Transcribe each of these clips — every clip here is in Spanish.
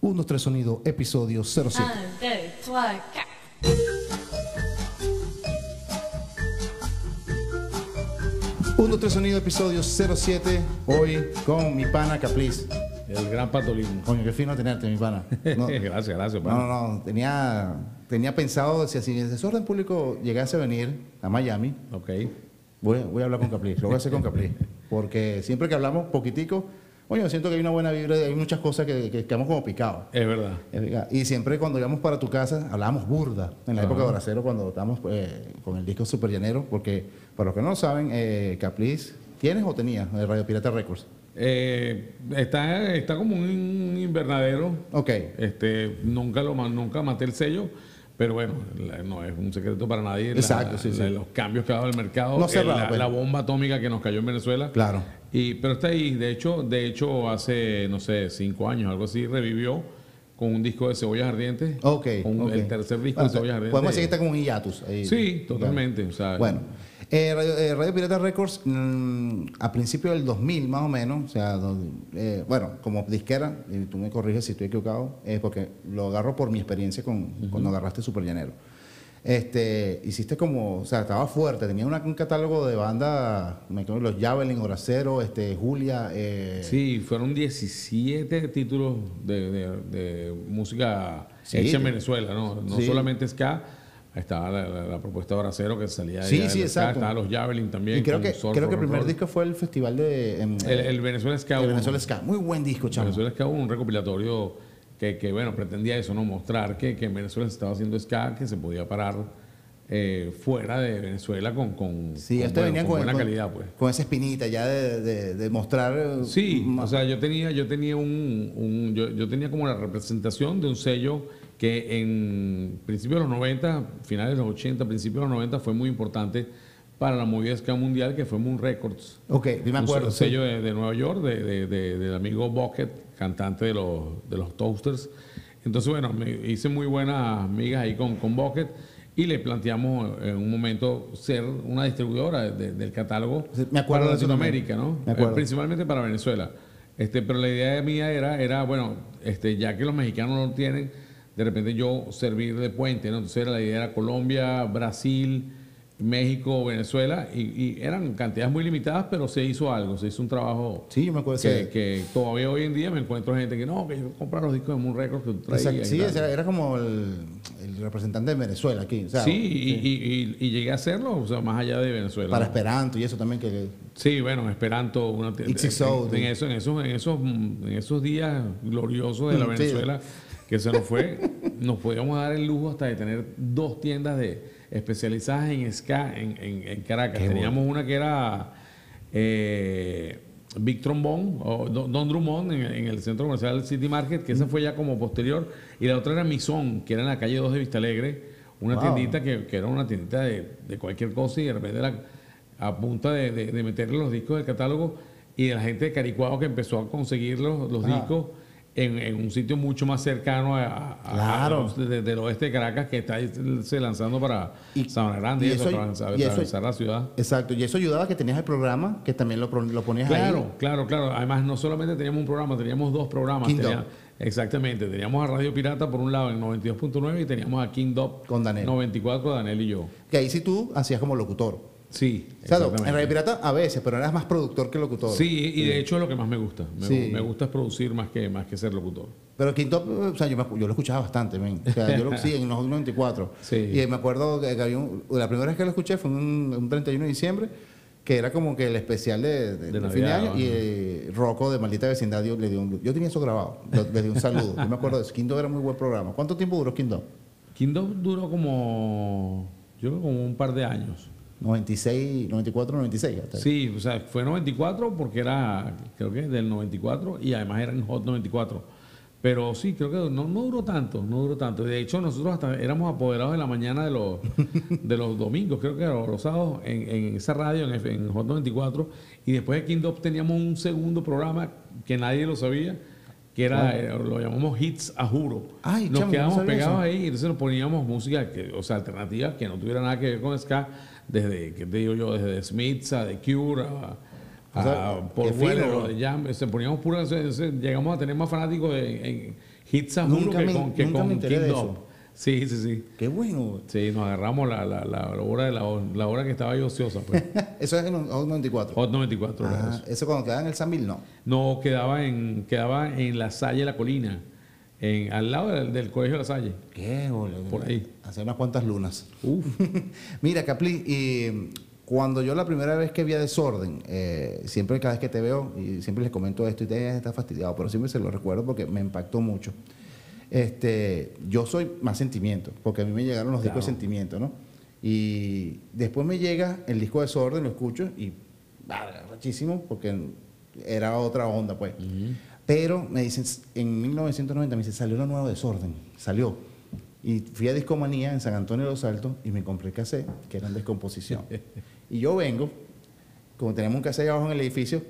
1, 3 Sonido, episodio 07. Un, deux, trois, quatre. Ah. Uno, tres Sonido, episodio 07. Hoy con mi pana Capliz. El gran patolín. Coño, qué fino tenerte, mi pana. No, gracias, gracias, no, pana. no, no, Tenía, tenía pensado, si así el desorden público llegase a venir a Miami, Ok. voy, a- voy a hablar con Capliz. Lo voy a hacer con Capliz. Porque siempre que hablamos poquitico, coño, siento que hay una buena vibra, hay muchas cosas que, que quedamos como picados. Es verdad. Es verdad. Y siempre cuando íbamos para tu casa hablábamos burda. En la época de Bracero, cuando estábamos pues, con el disco Super Llanero, porque para los que no lo saben, eh, Capliz, ¿tienes o tenías el Radio Pirata Records? Eh, está, está como un invernadero. Ok. Este, nunca lo ma- nunca maté el sello, pero bueno, la- no es un secreto para nadie. la- Exacto, sí, la- sí. Los cambios que ha dado el mercado. No eh, cerrado, la, pues. la bomba atómica que nos cayó en Venezuela. Claro. Y, pero está ahí, de hecho, de hecho, hace, no sé, cinco años, algo así, revivió con un disco de cebollas ardientes. Ok. Con ok. El tercer disco Bueno, de cebollas ardientes. Podemos decir que está como un hiatus. ahí, Sí, digamos. totalmente. o sea, Bueno, eh, Radio, eh, Radio Pirata Records, mm, a principios del 2000 más o menos, o sea, do- eh, bueno, como disquera, y tú me corriges si estoy equivocado, eh, porque lo agarro por mi experiencia con, cuando agarraste Super Llanero. Este, hiciste como, o sea, estaba fuerte, tenía una- un catálogo de bandas, me acuerdo, los Javelin, Horacero, este, Julia, eh, Sí, fueron 17 títulos de, de- de música Sí. hecha en Venezuela, ¿no? No Sí. solamente ska, estaba la, la- la propuesta de Bracero que salía Sí, ya sí, del ska, exacto. estaban los Javelin también. y creo con que, Soul creo que el Rock and primer Roll. disco fue el festival de em, El, el Venezuela Ska. de hubo- Venezuela Ska, muy buen disco, chamo. Venezuela Ska hubo un recopilatorio que, que, bueno, pretendía eso, ¿no? Mostrar que, que en Venezuela se estaba haciendo ska, que se podía parar eh, fuera de Venezuela con, con, Sí, con, este bueno, venía con con, buena con- calidad, pues. con esa espinita ya de, de- de mostrar. eh, Sí, ma- o sea, yo tenía, yo tenía un, un- yo, yo tenía como la representación de un sello que en principios de los 90, finales de los 80, principios de los 90 fue muy importante para la movida ska mundial que fue Moon Records. ok, yo me Un acuerdo. se- sí. sello de, de Nueva York, de- de- de- del amigo Bucket, cantante de los, de los Toasters. Entonces, bueno, me hice muy buenas amigas ahí con, con Bucket y le planteamos en un momento ser una distribuidora de- de- del catálogo Sí, me acuerdo para de eso también. Latinoamérica, ¿no? Me acuerdo. Eh, principalmente para Venezuela. Este, pero la idea mía era, era bueno, este, ya que los mexicanos no lo tienen, de repente yo servir de puente, ¿no? Entonces era- la idea era Colombia, Brasil, México, Venezuela, y, y eran cantidades muy limitadas, pero se hizo algo, se hizo un trabajo Sí, yo me acuerdo. que, sí. que todavía hoy en día me encuentro gente que no, que yo compro los discos de Moon Records que tú traías. Exacto, y sí, tal". era, era como el, el representante de Venezuela aquí. o sea, Sí, y, y- y- y llegué a hacerlo, o sea, más allá de Venezuela. Para ¿no? Esperanto y eso también. que Sí, bueno, Esperanto, una te- XXO, en, sí. eso- en esos, en, esos, en esos días gloriosos de la Mm, sí. Venezuela que se nos fue, nos podíamos dar el lujo hasta de tener dos tiendas de especializadas en ska en, en- en Caracas. Qué Teníamos una que era eh, Big Trombón o Don Don Drummond en, en el centro comercial City Market, Mm. que esa fue ya como posterior, y la otra era Misón, que era en la calle 2 de Vista Alegre, una Wow. tiendita que, que era una tiendita de, de cualquier cosa y de repente era a punta de, de- de meterle los discos del catálogo y de la gente de Caricuado que empezó a conseguir los, los discos en, en un sitio mucho más cercano a, a- a- Claro. a los de- del oeste de Caracas que está ahí se lanzando para Y- Sabana Grande y, y eso, eso- para lanzar- y eso- atravesar la ciudad. Exacto, y eso ayudaba que tenías el programa, que también lo, pro- lo ponías Claro, ahí. claro, claro. Además, no solamente teníamos un programa, teníamos dos programas. King Dog. Tenía- exactamente. Teníamos a Radio Pirata por un lado en 92.9 y teníamos a King Dop Con Daniel. 94, Daniel y yo. Que ahí sí tú hacías como locutor. Sí. O sea, exactamente. en Radio Pirata a veces, pero eras más productor que locutor. Sí, y de hecho es lo que más me gusta. Me, Sí. me gusta es producir más que, más que ser locutor. Pero Quinto, o sea, yo, me acu- yo lo escuchaba bastante, men. O sea, yo lo sí, en los 94. Sí. Y me acuerdo que había un- la primera vez que lo escuché fue un, un 31 de diciembre, que era como que el especial de, de- De de fin de Navidad, año. ajá. Y eh, Rocco de Maldita Vecindad dio- le dio un- Yo tenía eso grabado, lo- le di un saludo. yo me acuerdo de eso. Quinto era muy buen programa. ¿Cuánto tiempo duró Quinto? King Dop duró como, yo creo como un par de años. 96, 94, 96. Hasta Sí, o sea, fue 94 porque era, creo que del 94 y además era en Hot 94. Pero sí, creo que no, no duró tanto, no duró tanto. De hecho, nosotros hasta éramos apoderados en la mañana de los, de los domingos, creo que o los sábados, en, en esa radio, en, F- en Hot 94. Y después de King Dop teníamos un segundo programa que nadie lo sabía, que era, eh, lo llamamos Hits a Juro. Ay, Nos chamo, no quedábamos sabía eso. pegados ahí, entonces nos poníamos música, que, o sea, alternativa que no tuviera nada que ver con ska, desde, que te digo yo, desde The Smiths, a The Cure, a, O sea, a Paul qué fino, Weller, bro. este, o de Jam, se poníamos puras, entonces llegamos a tener más fanáticos en, en- hits a juro Nunca que me- con, que nunca con me enteré Kid de Dog. eso. Sí, sí, sí. Qué bueno. Sí, nos agarramos la, la, la, la hora de la, la hora que estaba yo ociosa. Pues. Eso es en el Hot 94. Hot 94 era Ajá, eso. eso cuando queda en el San Mil, no. pues. No, quedaba en, quedaba en la Salle de la Colina, en, al lado del, del Colegio de la Salle. Qué boludo. Por ahí. Hace unas cuantas lunas. Uf. Mira, Capli, y mm, cuando yo la primera vez que vi a Desorden, eh, siempre cada vez que te veo, y siempre les comento esto y te "Eh, está fastidiado, pero siempre se lo recuerdo porque me impactó mucho. Este, yo soy más sentimiento, porque a mí me llegaron los discos de Claro. sentimiento, ¿no? Y después me llega el disco de Desorden, lo escucho y verga, rachísimo, porque era otra onda, pues. Pero me dicen, en 1990 me dice, salió lo nuevo de Desorden, salió. Y fui a Discomanía en San Antonio de los Altos y me compré el cassette, que era en descomposición. y yo vengo, como tenemos un cassette abajo en el edificio,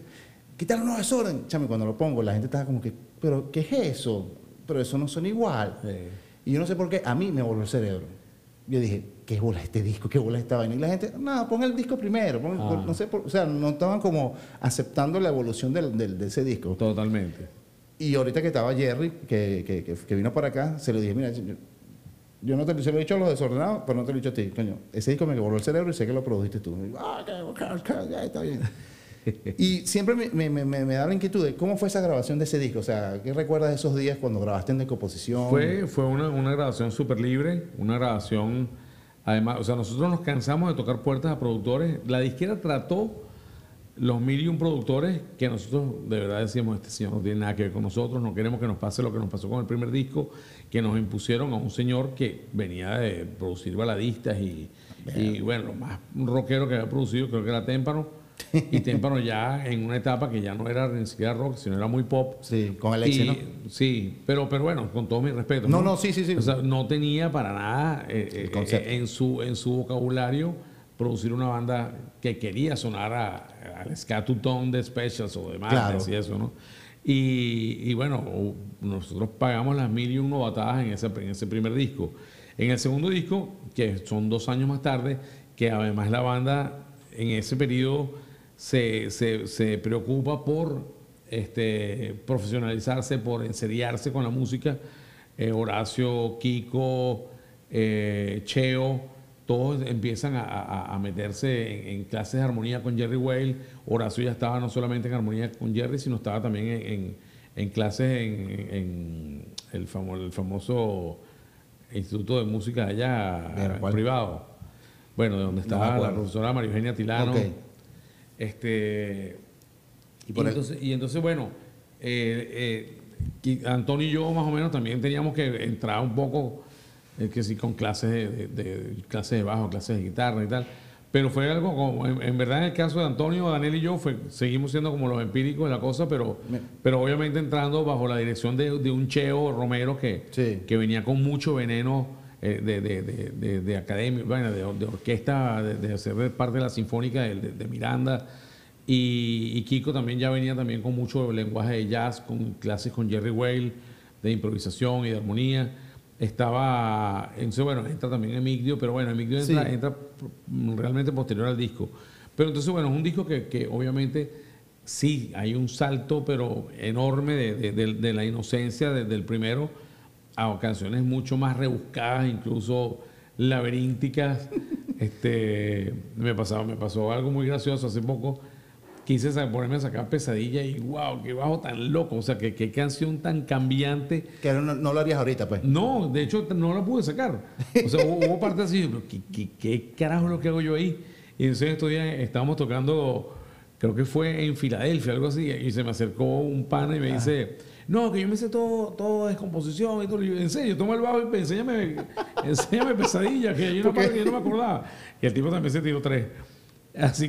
quita lo nuevo de Desorden. Chame, cuando lo pongo, la gente estaba como que, ¿pero qué es eso? Pero eso no son igual. Eh, Y yo no sé por qué, a mí me voló el cerebro. Yo dije, ¿qué bola este disco? ¿Qué bola esta vaina? Y la gente, no, pon el disco primero. pon- Ah. pon- no sé, por- o sea, no estaban como aceptando la evolución del- del- de ese disco. totalmente. Y ahorita que estaba Jerry, que, que- que- que vino para acá, se lo dije, mira, yo, yo no te lo- se lo he dicho a los desordenados, pero no te lo he dicho a ti, coño. Ese disco me voló el cerebro y sé que lo produjiste tú. Y yo, ah, ca- ca- ca- ya está bien. y siempre me, me- me- me- me da la inquietud de cómo fue esa grabación de ese disco. O sea, ¿qué recuerdas de esos días cuando grabaste en decomposición? Fue, fue una, una grabación súper libre, una grabación, además, o sea, nosotros nos cansamos de tocar puertas a productores. La disquera trató los mil y un productores que nosotros de verdad decíamos, este señor no tiene nada que ver con nosotros, no queremos que nos pase lo que nos pasó con el primer disco, que nos impusieron a un señor que venía de producir baladistas y, y bueno, lo más rockero que había producido creo que era Témpano. Y Témpano ya en una etapa que ya no era ni siquiera rock, sino era muy pop. Sí, con Alexis, Y- ¿no? Sí, pero, pero bueno, con todo mi respeto. No, no, sí, sí, sí. O sea, no tenía para nada eh, eh, concepto. eh, en, su, en su vocabulario producir una banda que quería sonar a- al Scatutón de Specials o de Claro. Martes y eso, ¿no? Y, y bueno, u- nosotros pagamos las mil y un novatadas en ese, en ese primer disco. En el segundo disco, que son dos años más tarde, que además la banda en ese periodo se, se- se preocupa por este, profesionalizarse, por enseriarse con la música. Eh, Horacio, Kiko, eh, Cheo, todos empiezan a, a- a meterse en, en clases de armonía con Jerry Whale. Horacio ya estaba no solamente en armonía con Jerry, sino estaba también en, en- en clases en, en el, famo- el famoso Instituto de Música allá Mira, ¿cuál? privado. Bueno, de donde estaba la acuerdo. profesora María Eugenia Tilano. Ok. Este, Y y, por ahí- entonces, y entonces, bueno, eh, eh, qui- Antonio y yo más o menos también teníamos que entrar un poco, eh, que sí, con clases de, de- de- clases de bajo, clases de guitarra y tal. Pero fue algo como, en, en verdad en el caso de Antonio, Daniel y yo fue- seguimos siendo como los empíricos de la cosa, pero, Me- pero obviamente entrando bajo la dirección de, de un Cheo Romero que, Sí. que venía con mucho veneno eh, de, de, de, de- de academia, bueno, de, de orquesta, de, de ser de parte de la sinfónica de, de- de Miranda. Y, y Kiko también ya venía también con mucho lenguaje de jazz, con clases con Jerry Whale, de improvisación y de armonía. Estaba, entonces bueno, entra también Emigdio, pero bueno, Emigdio entra, Sí. entra realmente posterior al disco. Pero entonces bueno, es un disco que, que obviamente sí, hay un salto, pero enorme de, de- de- de la inocencia desde el primero a canciones mucho más rebuscadas, incluso laberínticas. este, me, pasaba, me pasó algo muy gracioso hace poco. Quise sa- ponerme a sacar pesadilla y wow, qué bajo tan loco, o sea, que qué canción tan cambiante. Que no, no lo harías ahorita, pues. No, de hecho no la pude sacar. O sea, hubo, hubo partes así, pero ¿qué, qué, qué carajo es lo que hago yo ahí? Y entonces estos días estábamos tocando, creo que fue en Filadelfia, algo así, y se me acercó un pana y Ah. me dice, no, que yo me sé todo, todo descomposición y todo. Y yo, en serio, toma el bajo y pe- enséñame, enséñame pesadilla, que hay una parte que yo no me acordaba. Y el tipo también se tiró tres. Así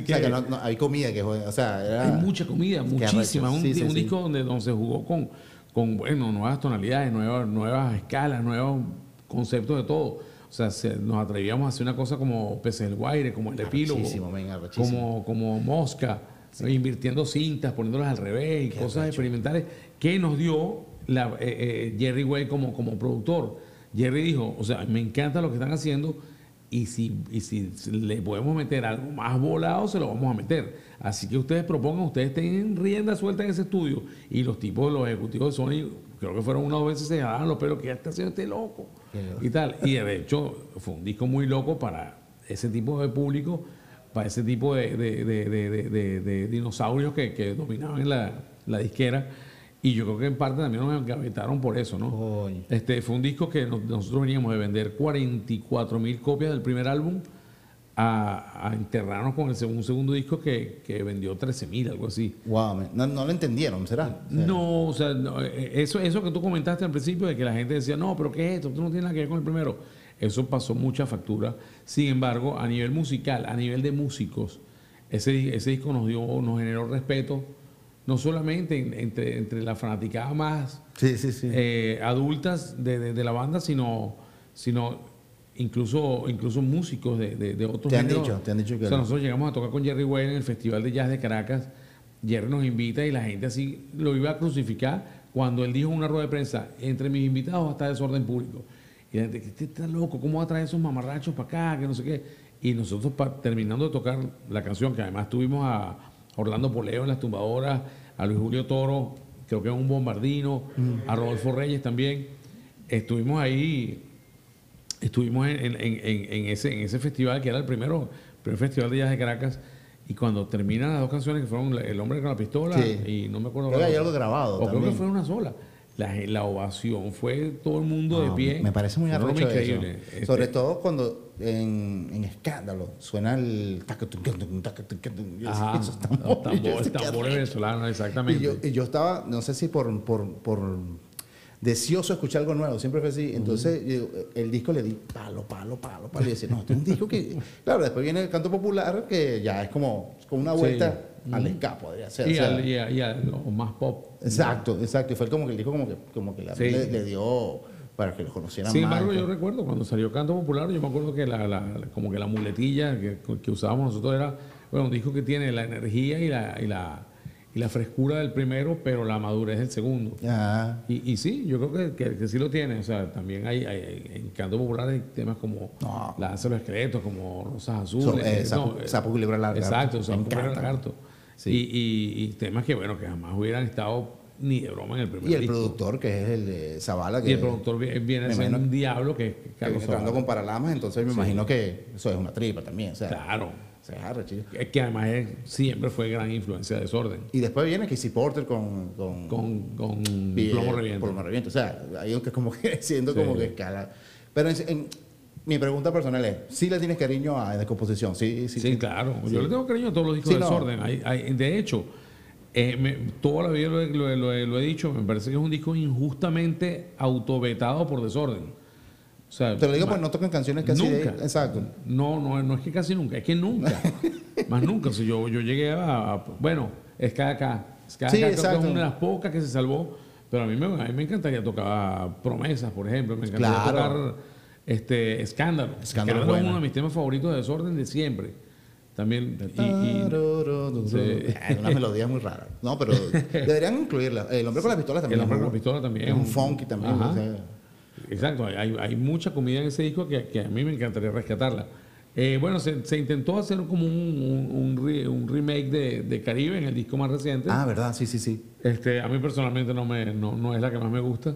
O que... sea, que no, no- hay comida que jode- O sea, era- Hay mucha comida, arrecho. muchísima. Un, Sí, di- sí, un sí. disco donde, donde se jugó con, con bueno, nuevas tonalidades, nuevas, nuevas escalas, nuevos conceptos de todo. O sea, se- nos atrevíamos a hacer una cosa como Peces del Guaire, como El Epílogo, Arrechísimo, men, arrechísimo. como, como Mosca, invirtiendo cintas, poniéndolas al revés y cosas experimentales que nos dio la- eh, eh, Jerry Way como, como productor. Jerry dijo, o sea, me encanta lo que están haciendo y si, y si le podemos meter algo más volado, se lo vamos a meter. Así que ustedes propongan, ustedes tengan rienda suelta en ese estudio. Y los tipos, los ejecutivos de Sony, creo que fueron unas veces señalaban los pelos que ya está haciendo este loco y tal. Y de hecho, fue un disco muy loco para ese tipo de público, para ese tipo de, de- de- de- de- de- de dinosaurios que, que dominaban en la, la disquera. Y yo creo que en parte también nos engavetaron por eso, ¿no? Oh. Coño. Este, fue un disco que no- nosotros veníamos de vender 44 mil copias del primer álbum a, a enterrarnos con el seg- un segundo disco que, que vendió 13 mil, algo así. Wow, man. no, no lo entendieron, ¿será? O sea, No, o sea, no, eh, eso, eso que tú comentaste al principio de que la gente decía, no, pero ¿qué es esto? Tú no tienes nada que ver con el primero. Eso pasó mucha factura. Sin embargo, a nivel musical, a nivel de músicos, ese, ese disco nos dio, nos generó respeto, no solamente en- entre, entre la fanaticada más Sí, sí, sí. eh, adultas de, de- de la banda, sino, sino incluso, incluso músicos de, de, de otros Te han géneros. dicho, te han dicho que O sea, no. nosotros llegamos a tocar con Jerry Wayne en el Festival de Jazz de Caracas. Jerry nos invita y la gente así lo iba a crucificar cuando él dijo en una rueda de prensa, entre mis invitados está desorden público. Y la gente, que este está loco, ¿cómo va a traer esos mamarrachos para acá? Que no sé qué. Y nosotros pa- terminando de tocar la canción, que además tuvimos a Orlando Poleo en las tumbadoras, a Luis Julio Toro, creo que es un bombardino, Mm. a Rodolfo Reyes también. Estuvimos ahí estuvimos en, en- en- en- en ese, en ese festival que era el primero, primer festival de jazz de Caracas. Y cuando terminan las dos canciones que fueron El hombre con la pistola Sí. y no me acuerdo. Creo que la hay otra. algo grabado O creo también. que fue una sola. La, ge- la ovación fue todo el mundo de Ah, pie. Me parece muy Fue algo arrecho eso. increíble. Este, Sobre todo cuando en, en escándalo suena el tacatum, tacatum, tacatum, tacatum, y Ajá, esos los tambores, yo tambores, decía, "Qué tambores arrecho". venezolanos, Y exactamente. yo, y yo estaba, no sé si por, por, por deseoso de escuchar algo nuevo, siempre fue así. Entonces yo, eh, el disco le di palo, palo, palo, palo. Y decía, no, este es un disco que. Claro, después viene el canto popular, que ya es como, como una Sí. vuelta al ska, podría ser. y o sea, al- y a- y a los más pop. Exacto, exacto. Y fue como que el disco como que, como que la- Sí. le, le dio para que lo conocieran Sin más. embargo, pues. yo recuerdo cuando salió Canto Popular, yo me acuerdo que la, la- la- como que la muletilla que, que usábamos nosotros era, bueno, un disco que tiene la energía y la, y la, y la frescura del primero, pero la madurez del segundo. Ah, Y, y sí, yo creo que, que, que sí lo tiene. O sea, también hay, hay- en Canto Popular hay temas como No. La danza de los esqueletos, como Rosas Azules. Son- eh, eh, sapo- eh, Sapo Culebra Lagarto. Exacto, Me Sapo Culebra encanta. Lagarto. Sí. Y, y- y temas que, bueno, que jamás hubieran estado ni de broma en el primer y el disco. productor, que es el de Zavala, que Y el productor vi- viene me a ser imagino un diablo que es que viene Carlos Zavala. tocando con Paralamas, entonces me imagino que eso es una tripa también. O sea, Claro. o sea, arrechillo. Es que además él siempre fue gran influencia de desorden. Y después viene Casey Porter con, con, Con, con Pie- plomo reviento. Plomo Reviento. O sea, hay algo que como que siendo Sí. como que escala. Pero en- en- mi pregunta personal es, ¿sí le tienes cariño a la composición? Sí, sí, Sí, claro. Yo le tengo cariño a todos los discos Sí, de no. desorden. Hay- hay- de hecho, eh, me- toda la vida lo, he- lo he- lo he- lo he dicho, me parece que es un disco injustamente autovetado por desorden. O sea, Te lo digo ma- pues no tocan canciones casi de- Nunca. Exacto. No, no, no es que casi nunca, es que nunca. Más nunca. O sea, yo, yo llegué a, a- Bueno, es cada acá. Es cada Sí, acá creo que exacto. es una de las pocas que se salvó. Pero a mí me, a mí me encantaría tocar Promesas, por ejemplo. Me encantaría Claro. tocar este, Escándalo. Escándalo Creo que bueno. es uno de mis temas favoritos de desorden de siempre. También. y- y- Sí. Es una melodía muy rara. No, pero deberían incluirla. El hombre con la pistola también. El hombre es con la muy- pistola también. Es un funky también. Ajá. o sea. Exacto, hay- hay, hay mucha comida en ese disco que, que a mí me encantaría rescatarla. Eh, bueno, se, se intentó hacer como un, un- un re- un remake de, de Caribe en el disco más reciente. Ah, verdad, sí, sí, sí. Este, a mí personalmente no, me, no, no es la que más me gusta.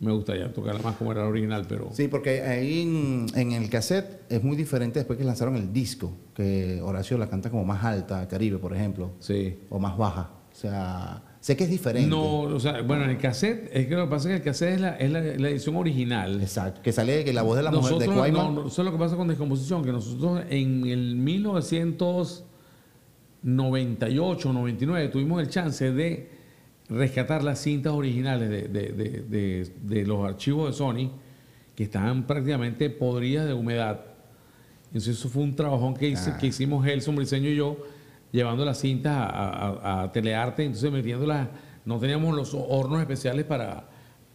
Me gustaría tocarla más como era la original, pero... Sí, porque ahí en, en el cassette es muy diferente después que lanzaron el disco, que Horacio la canta como más alta, Caribe, por ejemplo, Sí. o más baja. O sea, sé que es diferente. No, o sea, bueno, en el cassette, es que lo que pasa es que el cassette es la, es la, la edición original. Exacto, que sale que la voz de la nosotros, mujer de Quaiman. no, no, eso es lo que pasa con descomposición, que nosotros en el 1998, 99 tuvimos el chance de rescatar las cintas originales de, de- de- de- de los archivos de Sony, que estaban prácticamente podridas de humedad. Entonces eso fue un trabajón que, hice- que hicimos Gelson Briseño y yo, llevando las cintas a, a- a- a Telearte, entonces metiéndolas, no teníamos los hornos especiales para,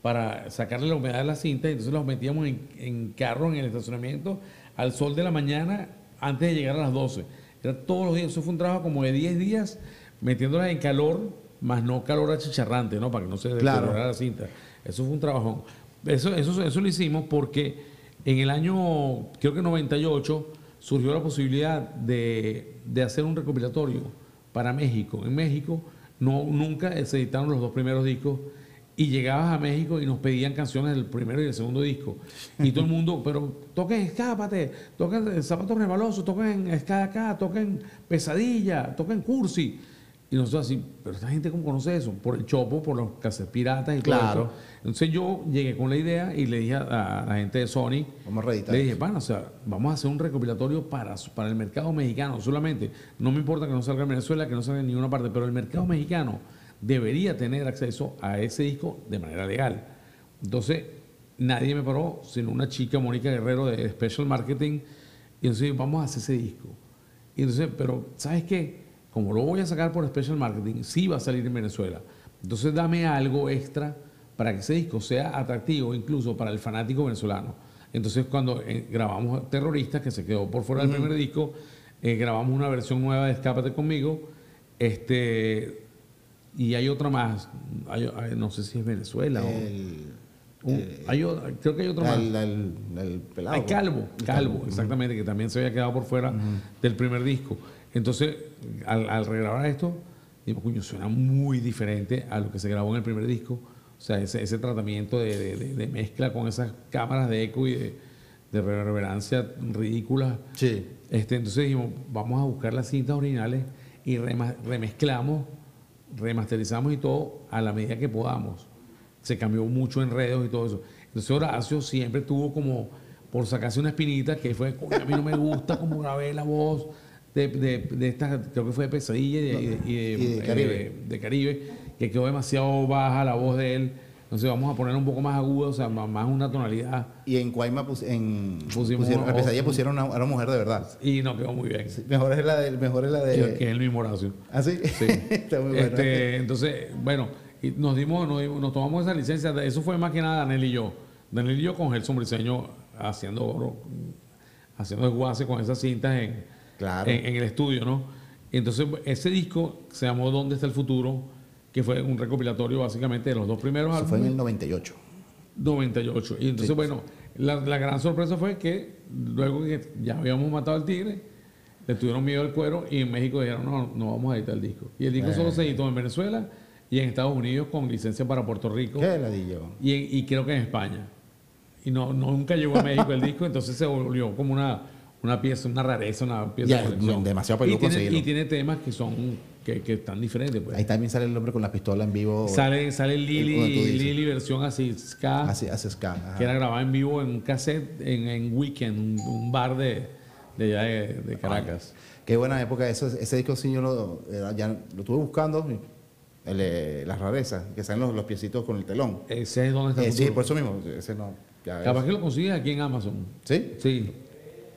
para sacarle la humedad de las cintas, entonces las metíamos en, en carro, en el estacionamiento, al sol de la mañana, antes de llegar a las 12. Era todos los días, eso fue un trabajo como de 10 días, metiéndolas en calor, más no calor achicharrante, ¿no? Para que no se Claro. deteriorara la cinta. Eso fue un trabajón. Eso, eso, eso lo hicimos porque en el año, creo que 98, surgió la posibilidad de, de hacer un recopilatorio para México. En México no, nunca se editaron los dos primeros discos y llegabas a México y nos pedían canciones del primero y del segundo disco. Y todo el mundo, pero toquen Escápate, toquen Zapatos Rebalosos, toquen Escada acá, toquen Pesadilla, toquen Cursi. Y nosotros así, pero esta gente cómo conoce eso, por el chopo, por los cassettes piratas y Claro. todo eso. Entonces yo llegué con la idea y le dije a, a la gente de Sony, Vamos a reeditar. le dije, pana, o sea, vamos a hacer un recopilatorio para, para el mercado mexicano solamente. No me importa que no salga en Venezuela, que no salga en ninguna parte, pero el mercado mexicano debería tener acceso a ese disco de manera legal. Entonces, nadie me paró, sino una chica, Mónica Guerrero, de Special Marketing, y entonces vamos a hacer ese disco. Y entonces, pero, ¿sabes qué? Como lo voy a sacar por Special Marketing, sí va a salir en Venezuela. Entonces, dame algo extra para que ese disco sea atractivo, incluso para el fanático venezolano. Entonces, cuando eh, grabamos Terroristas, que se quedó por fuera del primer disco, eh, grabamos una versión nueva de Escápate conmigo, este, y hay otra más, hay- hay- no sé si es Venezuela Eh, o... El, un- hay otra- creo que hay otra más. al- al- al pelado. pues. Ay, Calvo, Calvo, exactamente, que también se había quedado por fuera del primer disco. Entonces, al, al regrabar esto, digo, coño, suena muy diferente a lo que se grabó en el primer disco. O sea, ese, ese tratamiento de, de- de- de mezcla con esas cámaras de eco y de, de reverberancia ridículas. Sí. Este, entonces dijimos, vamos a buscar las cintas originales y rema- remezclamos, remasterizamos y todo a la medida que podamos. Se cambió mucho enredos y todo eso. Entonces Horacio siempre tuvo como, por sacarse una espinita, que fue, "Coño, a mí no me gusta cómo grabé la voz de, de, de esta, creo que fue de Pesadilla y de, y de- y de- Y de eh, Caribe. de Caribe, que quedó demasiado baja la voz de él. Entonces vamos a poner un poco más aguda, o sea, más más una tonalidad. Y en Cuaima pus- en, Pusimos pusieron, una- a pesadilla pusieron a una, a una mujer de verdad. Y no quedó muy bien. Mejor es la de. Mejor es la de que es el mismo Horacio. ¿Ah, sí? Sí. Está muy bueno. Este, entonces, bueno, y nos dimos, nos dimos- nos tomamos esa licencia. Eso fue más que nada Daniel y yo. Daniel y yo con Gerson Briseño haciendo oro, haciendo desguace con esas cintas en, Claro. en, en el estudio, ¿no? Y entonces, ese disco se llamó ¿Dónde está el futuro? que fue un recopilatorio básicamente de los dos primeros Eso fue en álbumes. el 98. 98. Y entonces, bueno, la, la gran sorpresa fue que luego que ya habíamos matado al tigre, le tuvieron miedo al cuero y en México dijeron, no, no vamos a editar el disco. Y el disco solo Eh. se editó en Venezuela y en Estados Unidos con licencia para Puerto Rico ¿Qué ladillo? y, en- y creo que en España. Y no, no- nunca llegó a México el disco, entonces se volvió como una, una pieza, una rareza, una pieza Ya, de colección. demasiado y peludo tiene, conseguirlo. y tiene temas que son que, que están diferentes. pues. Ahí también sale el hombre con la pistola en vivo. Sale, sale como tú Lili, dices. Lili versión así, ska, Hace, hace ska. ajá. que era grabada en vivo en un cassette en, en Weekend, un, un bar de, de allá de, de Caracas. Qué buena época. Eso, ese disco sí yo lo, era- ya lo estuve buscando. el, eh, las rarezas, que salen los, los piecitos con el telón. Ese es donde está el Eh, sí, futuro. por eso mismo. Ese no. ya ves. Capaz que lo consigues aquí en Amazon. ¿Sí? Sí.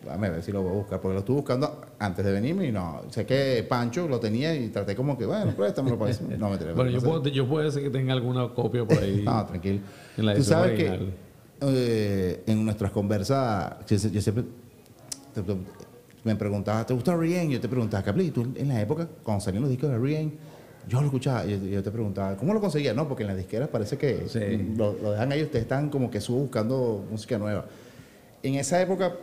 Dame a ver si lo voy a buscar, porque lo estuve buscando antes de venirme y no. Sé que Pancho lo tenía y traté como que, bueno, préstamelo para eso. No me Bueno, yo puedo, yo puedo decir que tenga alguna copia por ahí. No, tranquilo. En la Tú edición sabes que original. eh, en nuestras conversas, yo, se- yo siempre te- te- me preguntabas, ¿te gusta Rien? Yo te preguntaba, Capli, tú en la época, cuando salían los discos de Rien, yo lo escuchaba, yo, yo te preguntaba, ¿cómo lo conseguías? No, porque en las disqueras parece que Sí. lo, lo dejan ahí, ustedes están como que subo buscando música nueva. En esa época,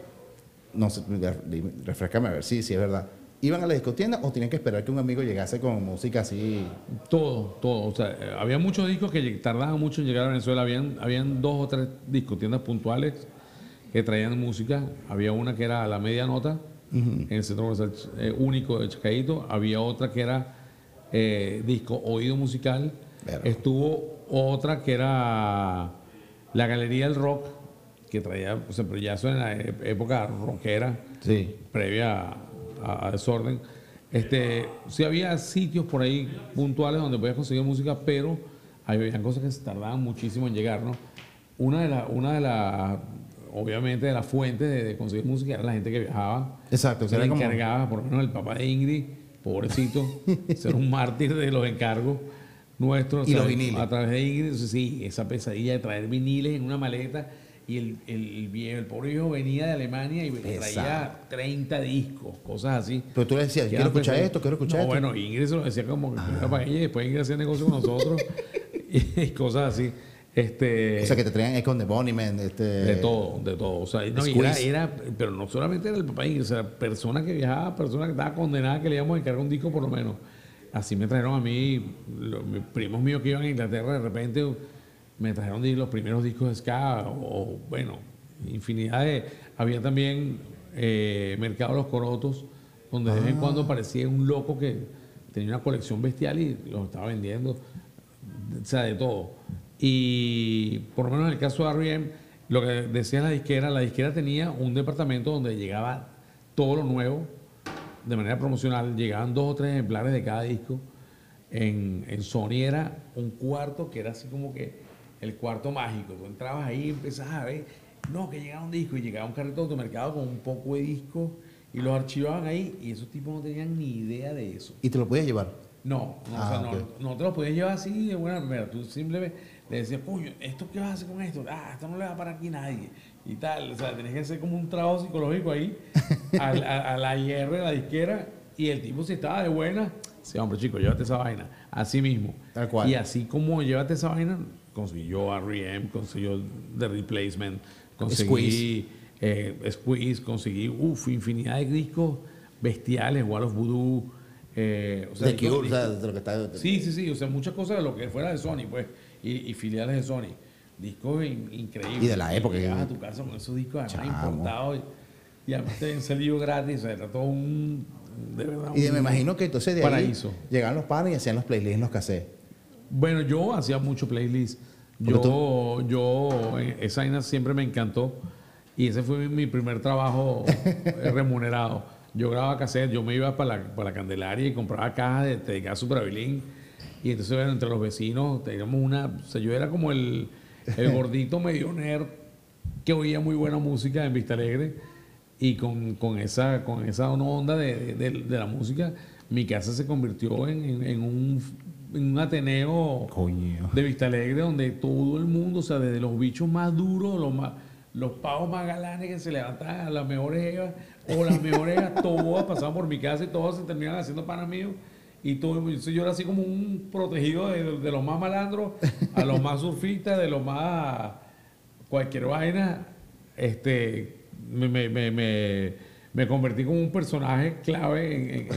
no sé, re- dime, refrescame a ver si si es verdad. ¿Iban a la discotienda o tenían que esperar que un amigo llegase con música así? Todo, todo. O sea, eh, había muchos discos que lleg- tardaban mucho en llegar a Venezuela. Habían, habían dos o tres discotiendas puntuales que traían música. Había una que era a la media nota, en el centro comercial Ch- eh, único de Chacaito. Había otra que era eh, disco oído musical. Verga. Estuvo otra que era la Galería del Rock, que traía, o sea, pero ya eso en la e- época rockera Sí. previa a, a desorden. Este, sí había sitios por ahí puntuales donde podías conseguir música, pero había cosas que se tardaban muchísimo en llegar, ¿no? Una de las, una de las, obviamente, de las fuentes de, de conseguir música era la gente que viajaba. Exacto, o sea, se era como- encargaba, por lo menos el papá de Ingrid, pobrecito, ser un mártir de los encargos nuestros. Y o sea, los viniles. A través de Ingrid, entonces, sí, esa pesadilla de traer viniles en una maleta. Y el, el, el viejo, el pobre viejo venía de Alemania y traía Exacto. 30 discos, cosas así. Pero tú le decías, Que quiero eran escuchar pesadillas. esto, quiero escuchar pues, No, esto. Ah. bueno, Ingrid se lo decía como que era para ella y después Ingrid hacía negocio con nosotros y, y cosas así. Este, O sea, que te traían Econ de Boniment, este... de todo, de todo. O sea, Eh, no, y era, Squeeze. era- pero no solamente era el papá Ingrid, o sea, persona que viajaba, persona que estaba condenada que le íbamos a encargar un disco por lo menos. Así me trajeron a mí, los mis primos míos que iban a Inglaterra, de repente uh, me trajeron di- los primeros discos de ska o, o, bueno, infinidad de... Había también eh, Mercado de los Corotos, donde de vez en cuando aparecía un loco que tenía una colección bestial y los estaba vendiendo, o sea, de todo. Y por lo menos en el caso de R.E.M., lo que decía la disquera, la disquera tenía un departamento donde llegaba todo lo nuevo de manera promocional, llegaban dos o tres ejemplares de cada disco. En, en Sony era un cuarto que era así como que el cuarto mágico. Tú entrabas ahí y empezabas a ver, no, que llegaba un disco y llegaba un carrito de automercado con un poco de discos y los archivaban ahí y esos tipos no tenían ni idea de eso. Y te lo podías llevar. No, no, Ah, o sea, ok. no, no te lo podías llevar así de buena primera. Tú simplemente le decías, coño, ¿esto qué vas a hacer con esto? Ah, esto no le va a parar aquí nadie. Y tal, o sea, tenías que hacer como un trabajo psicológico ahí al- a, a la IR, de la disquera, y el tipo si estaba de buena, sí, hombre, chico, llévate esa vaina. Así mismo. Tal cual. Y así como llévate esa vaina, consiguió R.E.M., consiguió The Replacement, conseguí eh, Squeeze, conseguí, uff, infinidad de discos bestiales, Wall of Voodoo, eh, o sea, de, Cure, no, o sea, de lo que está. Sí, sí, sí, o sea, muchas cosas de lo que fuera de Sony, pues, y, y filiales de Sony. Discos in- increíbles. Y de la época. Llegabas a tu casa con esos discos además Chamo. importados y, y además te habían salido gratis, o sea, era todo un. De verdad. Y de- un- me imagino que entonces de ahí Paraíso. llegaban los panes y hacían los playlists en los cassettes. Bueno, yo hacía mucho playlist. Porque Yo, yo, eh, esa vaina siempre me encantó. Y ese fue mi- mi primer trabajo eh, remunerado. Yo grababa cassette, yo me iba para la, para la Candelaria y compraba cajas de Teca Supravilín. Y entonces, bueno, entre los vecinos teníamos una. O sea, yo era como el, el gordito medio nerd que oía muy buena música en Vista Alegre. Y con, con esa, con esa onda de, de- de la música, mi casa se convirtió en, en- en un, en un ateneo Coño. de Vista Alegre, donde todo el mundo, o sea, desde los bichos más duros, los más, los pavos más galanes que se levantaban, a las mejores evas, o las mejores evas, todas pasaban por mi casa y todas se terminaban haciendo panas míos. Y todo, el mundo- entonces yo era así como un protegido de, de los más malandros, a los más surfistas, de los más cualquier vaina. Este me, me, me, me- me convertí como un personaje clave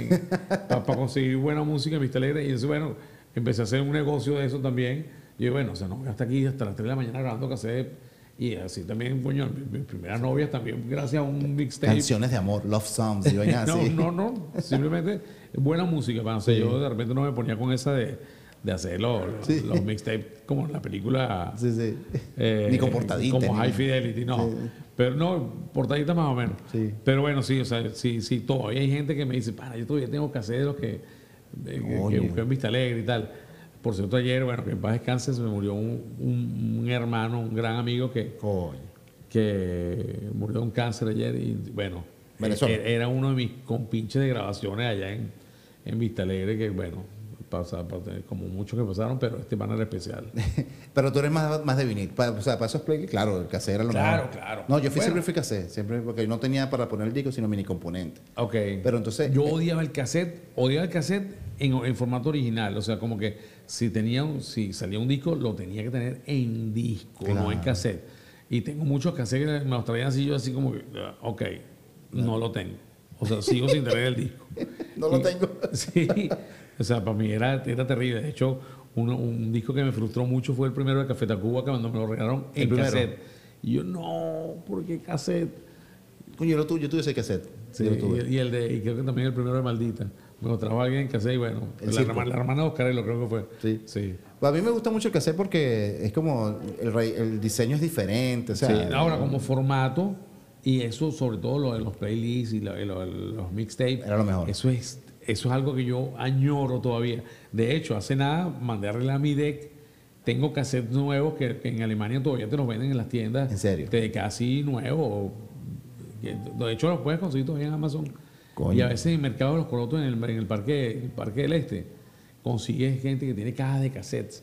para conseguir buena música en Vista Alegre. Y entonces, bueno, empecé a hacer un negocio de eso también. Y yo, bueno, o sea, no, hasta aquí, hasta las 3 de la mañana grabando cassette. Y así también, coño, mi- mis primeras novias también, gracias a un mixtape. este Canciones de amor, love songs y vainas No, así. no, no, simplemente buena música. Bueno, o sea, Yo de repente no me ponía con esa de, de hacer los, los- Sí. los mixtapes como en la película Sí, sí. eh, ni con portaditas. Como ni- High Fidelity, no. Pero no, portadita más o menos. Sí. Pero bueno, sí, o sea, sí, sí, todavía hay gente que me dice, para, yo todavía tengo que hacer los que, eh, que, que Coño. busqué en Vista Alegre y tal. Por cierto, ayer, bueno, que en paz descanse, se me murió un, un- un hermano, un gran amigo que, Coño. que murió de un cáncer ayer y bueno, Venezuela. eh, era uno de mis compinches de grabaciones allá en, en Vista Alegre que, bueno, pasa, pasa- como muchos que pasaron, pero este man era especial. Pero tú eres más, más de vinil. Pa- o sea, para esos playlists, claro, el cassette era lo Claro, mejor. claro. No, yo fui, Bueno. siempre fui cassette, siempre, porque yo no tenía para poner el disco, sino mini componente. Ok. Pero entonces- eh, Yo odiaba el cassette, odiaba el cassette en, en formato original. O sea, como que si tenía un- si salía un disco, lo tenía que tener en disco, no en Claro. cassette. Y tengo muchos cassettes que me los traían así, yo así como que, ah, ok, no lo tengo. O sea, sigo sin tener el disco. No lo Y- tengo. Sí. O sea, para mí era, era terrible. De hecho, uno- un disco que me frustró mucho fue el primero de Café Tacuba, que cuando me lo regalaron El en primero. cassette. Y yo, no, ¿por qué cassette? Coño, yo, lo tuve, yo tuve ese cassette. Sí, Yo lo tuve. y, y el de, y creo que también el primero de Maldita. Me lo trajo alguien en casa y bueno, El la, circo. hermana, la hermana de Oscarello creo que fue. Sí. Pues, A mí me gusta mucho el cassette porque es como el, rey- el diseño es diferente. O sea, Sí, Ahora, como formato, y eso sobre todo lo de los playlists y lo- y lo- los mixtapes. Era lo mejor. Eso es, eso es algo que yo añoro todavía. De hecho, hace nada mandé a arreglar mi deck. Tengo cassettes nuevos que, que en Alemania todavía te los venden en las tiendas. ¿En serio? De casi nuevo. Que, De hecho, los puedes conseguir todavía en Amazon. Coño. Y a veces en el mercado de los colotos, en el, en el parque, el parque del Este, consigues gente que tiene cajas de cassettes.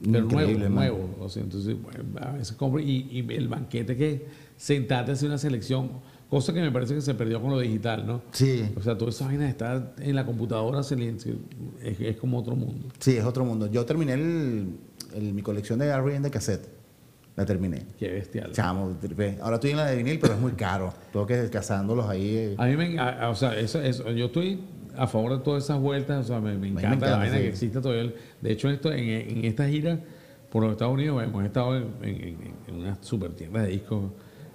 Pero Increíble, nuevo, man. nuevo. O sea, entonces, bueno, a veces compro y, y el banquete que sentarte a hacer una selección, cosa que me parece que se perdió con lo digital, ¿no? Sí. O sea, toda esa vaina de estar en la computadora se le- se- es, es como otro mundo. sí, es otro mundo. Yo terminé el- el- mi colección de R.E.M. de cassette. La terminé. Qué bestial. Chamo, tripé. ahora estoy en la de vinil, pero es muy caro. Tengo que cazándolos ahí. eh. A mí me en- a- a- o sea, eso- eso- yo estoy a favor de todas esas vueltas, o sea, me, me mí me encanta la encanta, vaina sí. que existe todavía. el- De hecho, esto, en, en esta gira por los Estados Unidos. Hemos estado en, en- en- en una super tienda de discos.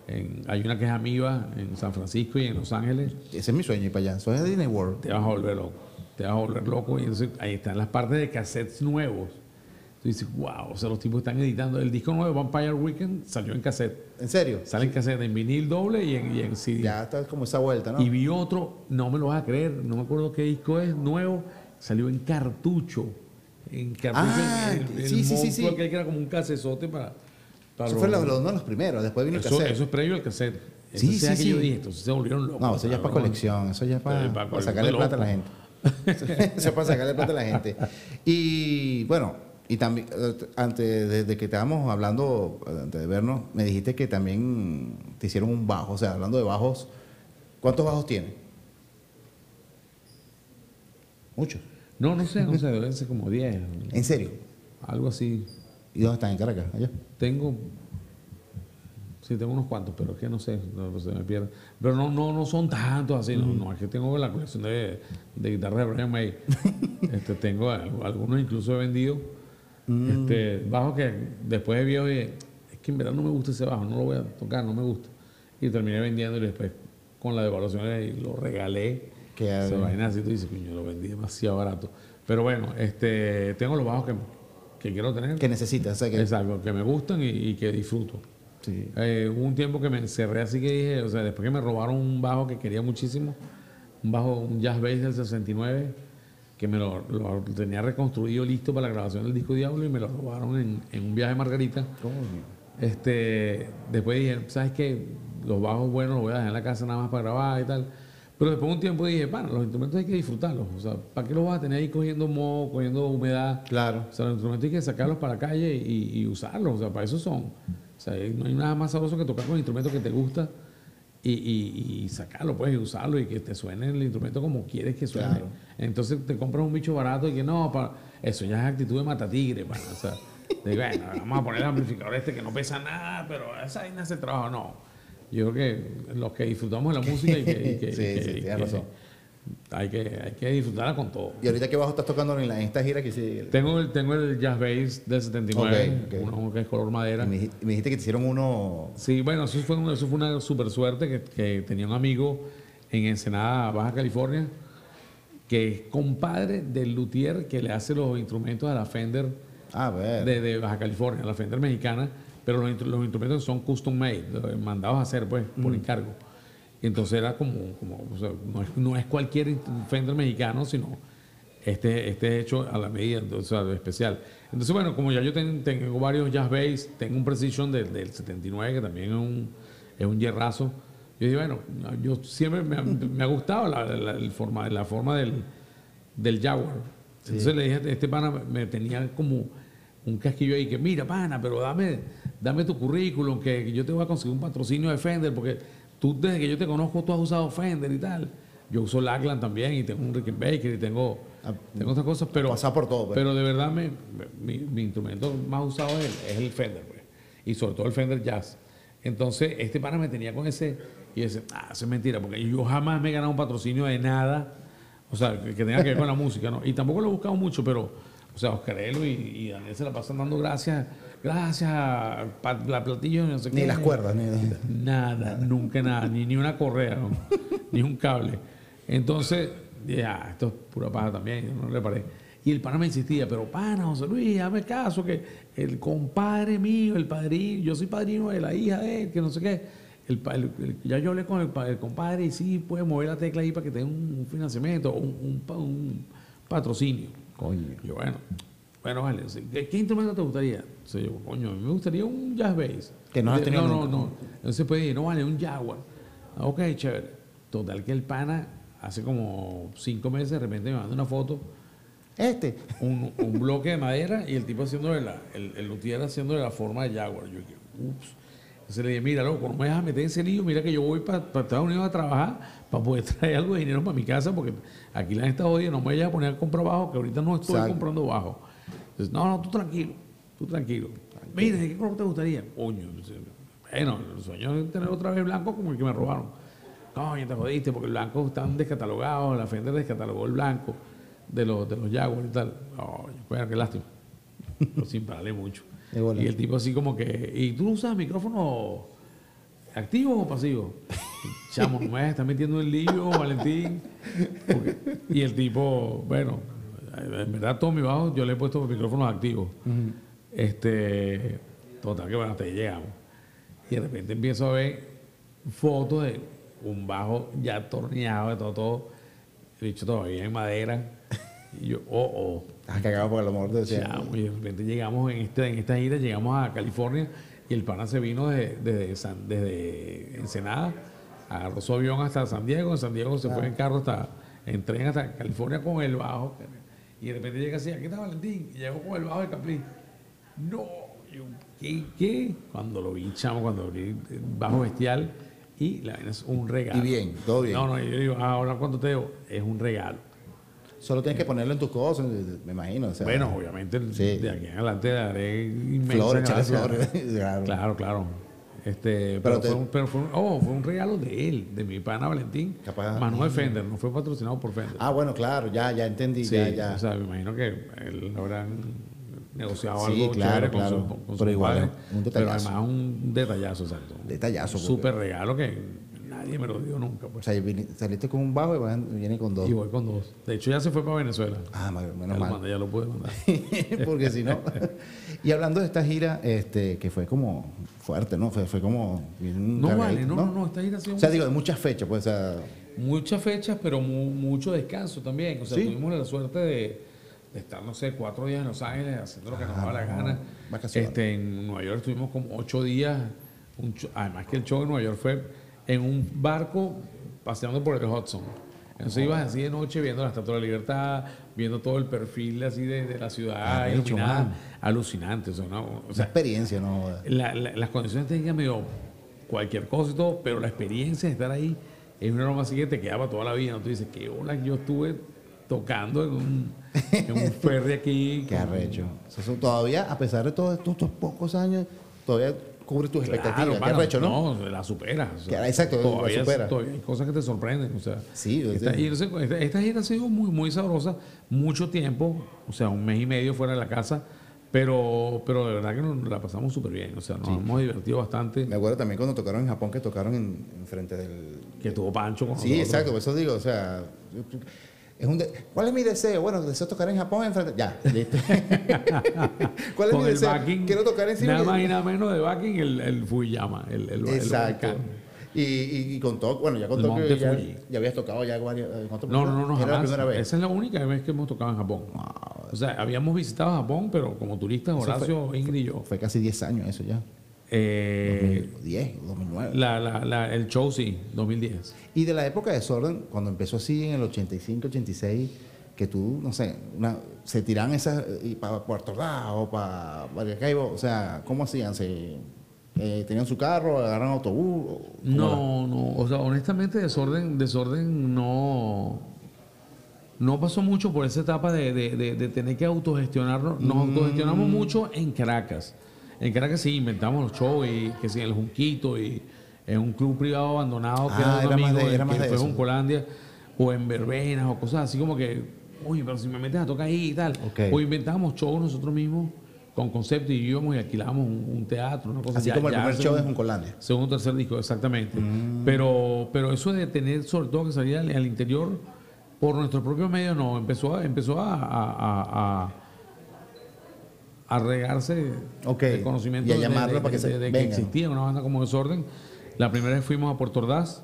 En- hay una que es Amiba en San Francisco y en Los Ángeles. Ese es mi sueño ir para allá. Soy de Disney World. Te vas a volver loco. Te vas a volver loco. Y entonces ahí están las partes de cassettes nuevos. Tú dices, wow, o sea, los tipos están editando. El disco nuevo de Vampire Weekend salió en cassette. ¿En serio? Sale en cassette, en vinil doble y en, y en CD. Ya está como esa vuelta, ¿no? Y vi otro, no me lo vas a creer, no me acuerdo qué disco es, nuevo, salió en cartucho. En cartucho, Ah, en el, el sí, sí, sí, monstruo sí. aquel que era como un casezote para. para Eso fue los- lo- lo- uno de los primeros. Después vino el eso, cassette. eso es previo al cassette. Sí, Entonces, sí, aquello sí. dije, entonces se volvieron locos. No, eso ya es para cabrón. colección, eso ya es para, Eh, para para colección, sacarle loco. plata a la gente. eso es para sacarle plata a la gente. Y bueno, y también, eh, antes de, de que estábamos hablando, eh, antes de vernos, me dijiste que también te hicieron un bajo, o sea, hablando de bajos, ¿cuántos bajos tienes? Muchos. No, no sé, no sé, deben ser como 10. ¿En serio? Algo así. ¿Y dónde están? ¿En Caracas? ¿Allá? Tengo. Sí, tengo unos cuantos, pero es que no sé, no, pues, se me pierde. Pero no, no, no son tantos así, no, no, es que tengo la colección de, de guitarras de Brian May. este, tengo al- algunos incluso he vendido. Este, bajo que después de viejo dije, es que en verdad no me gusta ese bajo, no lo voy a tocar, no me gusta. Y terminé vendiendo y después con la devaluación eh, lo regalé. Qué Se bien. vaina así, tú dices, coño, lo vendí demasiado barato. Pero bueno, este, tengo los bajos que, que quiero tener. ¿Qué necesitas? O sea, que- Exacto, que me gustan y, y que disfruto. sí. Eh, hubo un tiempo que me encerré así que dije, o sea, después que me robaron un bajo que quería muchísimo, un bajo, un jazz bass del 69, que me lo, lo tenía reconstruido listo para la grabación del disco Diablo y me lo robaron en, en un viaje a Margarita. Coño. Este, después dije, ¿sabes qué? Los bajos buenos los voy a dejar en la casa nada más para grabar y tal. Pero después de un tiempo dije, bueno, los instrumentos hay que disfrutarlos. O sea, ¿para qué los vas a tener ahí cogiendo moho, cogiendo humedad? Claro. O sea, los instrumentos hay que sacarlos para la calle y, y usarlos. O sea, para eso son. O sea, no hay nada más sabroso que tocar con el instrumento que te gusta y, y- y sacarlo, pues, y usarlo y que te suene el instrumento como quieres que suene. Claro. Entonces te compras un bicho barato y que no, para, eso ya es actitud de matatigre, pana, O sea, de, bueno, vamos a poner el amplificador este que no pesa nada, pero esa vaina hace trabajo. No. Yo creo que los que disfrutamos de la música y que. y que- Sí, y que- sí, y tienes que- razón. Hay que, hay que disfrutarla con todo. ¿Y ahorita qué bajo estás tocando en, la- en esta gira que sí? Tengo el, tengo el jazz bass del 79, Ok, ok. uno que es color madera. Y me, dij- me dijiste que te hicieron uno. Sí, bueno, eso fue, un- eso fue una super suerte que, que tenía un amigo en Ensenada, Baja California, que es compadre del luthier que le hace los instrumentos a la Fender Ah, A ver. de, de Baja California, a la Fender mexicana, pero los, instru- los instrumentos son custom made, eh, mandados a hacer pues por encargo. Entonces era como, como o sea, no, es, no es cualquier instru- Fender mexicano, sino este, este hecho a la medida, entonces, o sea, especial. Entonces, bueno, como ya yo ten- tengo varios jazz bass, tengo un Precision del, del 79, que también es un, es un hierrazo. Yo dije, bueno, yo siempre me, ha- me ha gustado la, la- el forma, la forma del, del Jaguar. Entonces le dije, a este pana me tenía como un casquillo ahí que, mira, pana, pero dame, dame tu currículum, que yo te voy a conseguir un patrocinio de Fender, porque tú desde que yo te conozco, tú has usado Fender y tal. Yo uso Lackland también y tengo un Rickenbacker y tengo, Ah, tengo otras cosas, pero... pasado por todo, pues. Pero de verdad me- mi, mi instrumento más usado es el, es el Fender, pues. Y sobre todo el Fender Jazz. Entonces, este pana me tenía con ese... Y ese, ah, eso es mentira, porque yo jamás me he ganado un patrocinio de nada. O sea, que que tenga que ver con la música, ¿no? Y tampoco lo he buscado mucho, pero, o sea, Oscarello y, y Daniel se la pasan dando gracias, gracias, pa- la platillo, no sé qué. Ni las cuerdas, ni. Nada, nunca nada, ni, ni una correa, ¿no? ni un cable. Entonces, ya, esto es pura paja también, yo no le paré. Y el pana me insistía, pero pana, José Luis, hazme caso, que el compadre mío, el padrino, yo soy padrino de la hija de él, que no sé qué. El, pa- el- el- ya yo hablé con el, pa- el compadre y sí puede mover la tecla ahí para que tenga un, un financiamiento, un, un pa- un patrocinio. Coño. Yo, bueno, bueno, vale. sí. ¿Qué, qué instrumento te gustaría? Entonces yo, coño, a mí me gustaría un jazz bass. Que no has Eh, tenido No, nunca. no, no. Entonces puede ir, no vale, un Jaguar. Ah, Ok, chévere. Total que el pana hace como cinco meses de repente me manda una foto, Este. un, un bloque de madera y el tipo haciendo de la, el, el luthier haciendo de la forma de Jaguar. Yo dije, ups. Entonces le dije, mira, loco, no me dejas meter en ese lío, mira que yo voy para Estados Unidos a trabajar para poder traer algo de dinero para mi casa porque aquí la gente está jodida, no me vayas a poner a comprar bajo, que ahorita no estoy Exacto. comprando bajo. Entonces, no, no, tú tranquilo, tú tranquilo. Mira, ¿de qué color te gustaría? Coño, bueno, el sueño es tener otra vez blanco como el que me robaron. Coño, te jodiste porque el blanco están descatalogados, la Fender descatalogó el blanco de los, de los Jaguars y tal. Coño, bueno, qué lástima. Pero sí, vale mucho. De bola. Y el tipo así como que, ¿y tú usas micrófono activo o pasivo? Chamo, no me está metiendo en lío, Valentín. Porque- y el tipo, bueno, en verdad todo mi bajo yo le he puesto micrófonos activos. Este, total que bueno, hasta ahí llegamos. Y de repente empiezo a ver fotos de un bajo ya torneado, de todo, todo. El bicho todavía en madera. Y yo, oh, oh. Estás cagado por el amor de Dios. Chamo, y de repente llegamos en, este, en esta gira, llegamos a California y el pana se vino desde, desde, San- desde Ensenada, agarró su avión hasta San Diego, en San Diego se fue en carro hasta, en tren hasta California con el bajo. Y de repente llega así, aquí está Valentín, y llegó con el bajo de Capri. No, yo, ¿qué, qué? Cuando lo vi, chamo, cuando vi eh, bajo bestial, y la vaina es un regalo. Y bien, todo bien. No, no, yo digo, "Ah, ahora cuánto te debo, es un regalo. Solo tienes que ponerlo en tus cosas, me imagino. o sea, Bueno, obviamente Este, Sí. de aquí en adelante daré inmensas Flores, echarle gracias. flores. claro. Claro, claro. Este, pero, te- fue un, pero fue un- oh, fue un regalo de él, de mi pana Valentín. Capaz. Más no de Fender, no fue patrocinado por Fender. Ah, bueno, claro, ya, ya entendí. sí, ya, ya. O sea, me imagino que él habrán negociado Sí, algo claro, chévere con claro. su, con su Pero igual, padre, un detallazo. Pero además un detallazo, exacto. Detallazo, Un porque- súper regalo que nadie me lo dio nunca. O Pues. sea, vin- saliste con un bajo y van- viene con dos. Y voy con dos. De hecho, ya se fue para Venezuela. Ah, ma- Ya lo menos mal. mandé, ya lo pude mandar. Porque si no. y hablando de esta gira, este, que fue como fuerte, ¿no? Fue, fue como. bien No cargadita, vale, no, no, no, esta gira ha sido O un sea, digo, de muchas fechas, pues. o sea, Muchas fechas, pero mu- mucho descanso también. O sea, Sí. tuvimos la suerte de, de estar, no sé, cuatro días en Los Ángeles haciendo lo que nos daba la gana. Ah, vacaciones. Este, en Nueva York estuvimos como ocho días. Un cho- Además que el show en Nueva York fue en un barco paseando por el Hudson. Entonces ibas así de noche viendo la Estatua de la Libertad, viendo todo el perfil así de, de la ciudad Ah, bicho, iluminada. man. Alucinante. O sea, ¿no? O una sea, experiencia, ¿no? joda. la- la- las condiciones técnicas medio cualquier cosa y todo, pero la experiencia de estar ahí es una norma así que te quedaba toda la vida. ¿no? Tú dices, qué hola, yo estuve tocando en un, en un ferry aquí. Qué con- arrecho. O sea, son- todavía, a pesar de todos estos, estos pocos años, todavía cubre tus Claro, expectativas. Qué mano, arrecho, ¿no? la superas. o sea, Claro, exacto, la todavía, superas. todavía hay cosas que te sorprenden. O sea, Sí, yo esta, sé. y entonces, esta, esta gira ha sido muy, muy sabrosa, mucho tiempo, o sea, un mes y medio fuera de la casa, pero, pero de verdad que nos la pasamos súper bien. O sea, nos hemos divertido bastante. Me acuerdo también cuando tocaron en Japón, que tocaron en, en frente del. Que tuvo Pancho con Sí, nosotros. exacto, por eso digo, o sea. Es un de- ¿Cuál es mi deseo? Bueno, deseo tocar en Japón en frente. Ya, listo. ¿Cuál es con mi el deseo? backing, Quiero tocar encima. Nada más y nada menos de backing el, el Fuyama, el, el, el Exacto. volcán. Y, y, y con todo, bueno, ya con El todo Monte ya, Fuji. ya habías tocado ya varias. eh, ¿cuánto- No, no, no, no, Era la jamás. primera vez. Esa es la única vez que hemos tocado en Japón. O sea, habíamos visitado Japón, pero como turistas, Horacio, Ingrid y yo. Fue casi 10 años eso ya. Eh, 10, 2009. la, la, la, el show sí, 2010. Y de la época de Sorden, cuando empezó así en el 85, 86, que tú, no sé, una- se tiran esas para Puerto Rico, para Maracaibo, o sea, ¿cómo hacían? ¿Se, eh, ¿Tenían su carro, agarran autobús? o- cómo era? No, no, o sea, honestamente desorden, desorden no, no pasó mucho por esa etapa de, de- de- de tener que autogestionarnos. Mm. Nos autogestionamos mucho en Caracas. En Caracas sí inventamos los shows y que sí, el Junquito y en un club privado abandonado que Ah, era un era más amigo de- de- era más que de fue eso. Juncolandia, o en verbenas o cosas así como que, uy, pero si me metes a tocar ahí y tal. Ok. O inventamos shows nosotros mismos con concepto y íbamos y alquilábamos un, un teatro, una cosa Así ya- como el ya primer hace show un- de Juncolandia. Segundo tercer disco, exactamente. Mm. Pero, pero eso de tener sobre todo que salir al, al interior por nuestros propios medios, no, empezó a, empezó a, a- a- a- a regarse Ok. el conocimiento Y a llamarlo para que se de que vengan. existía una banda como Desorden. La primera vez fuimos a Puerto Ordaz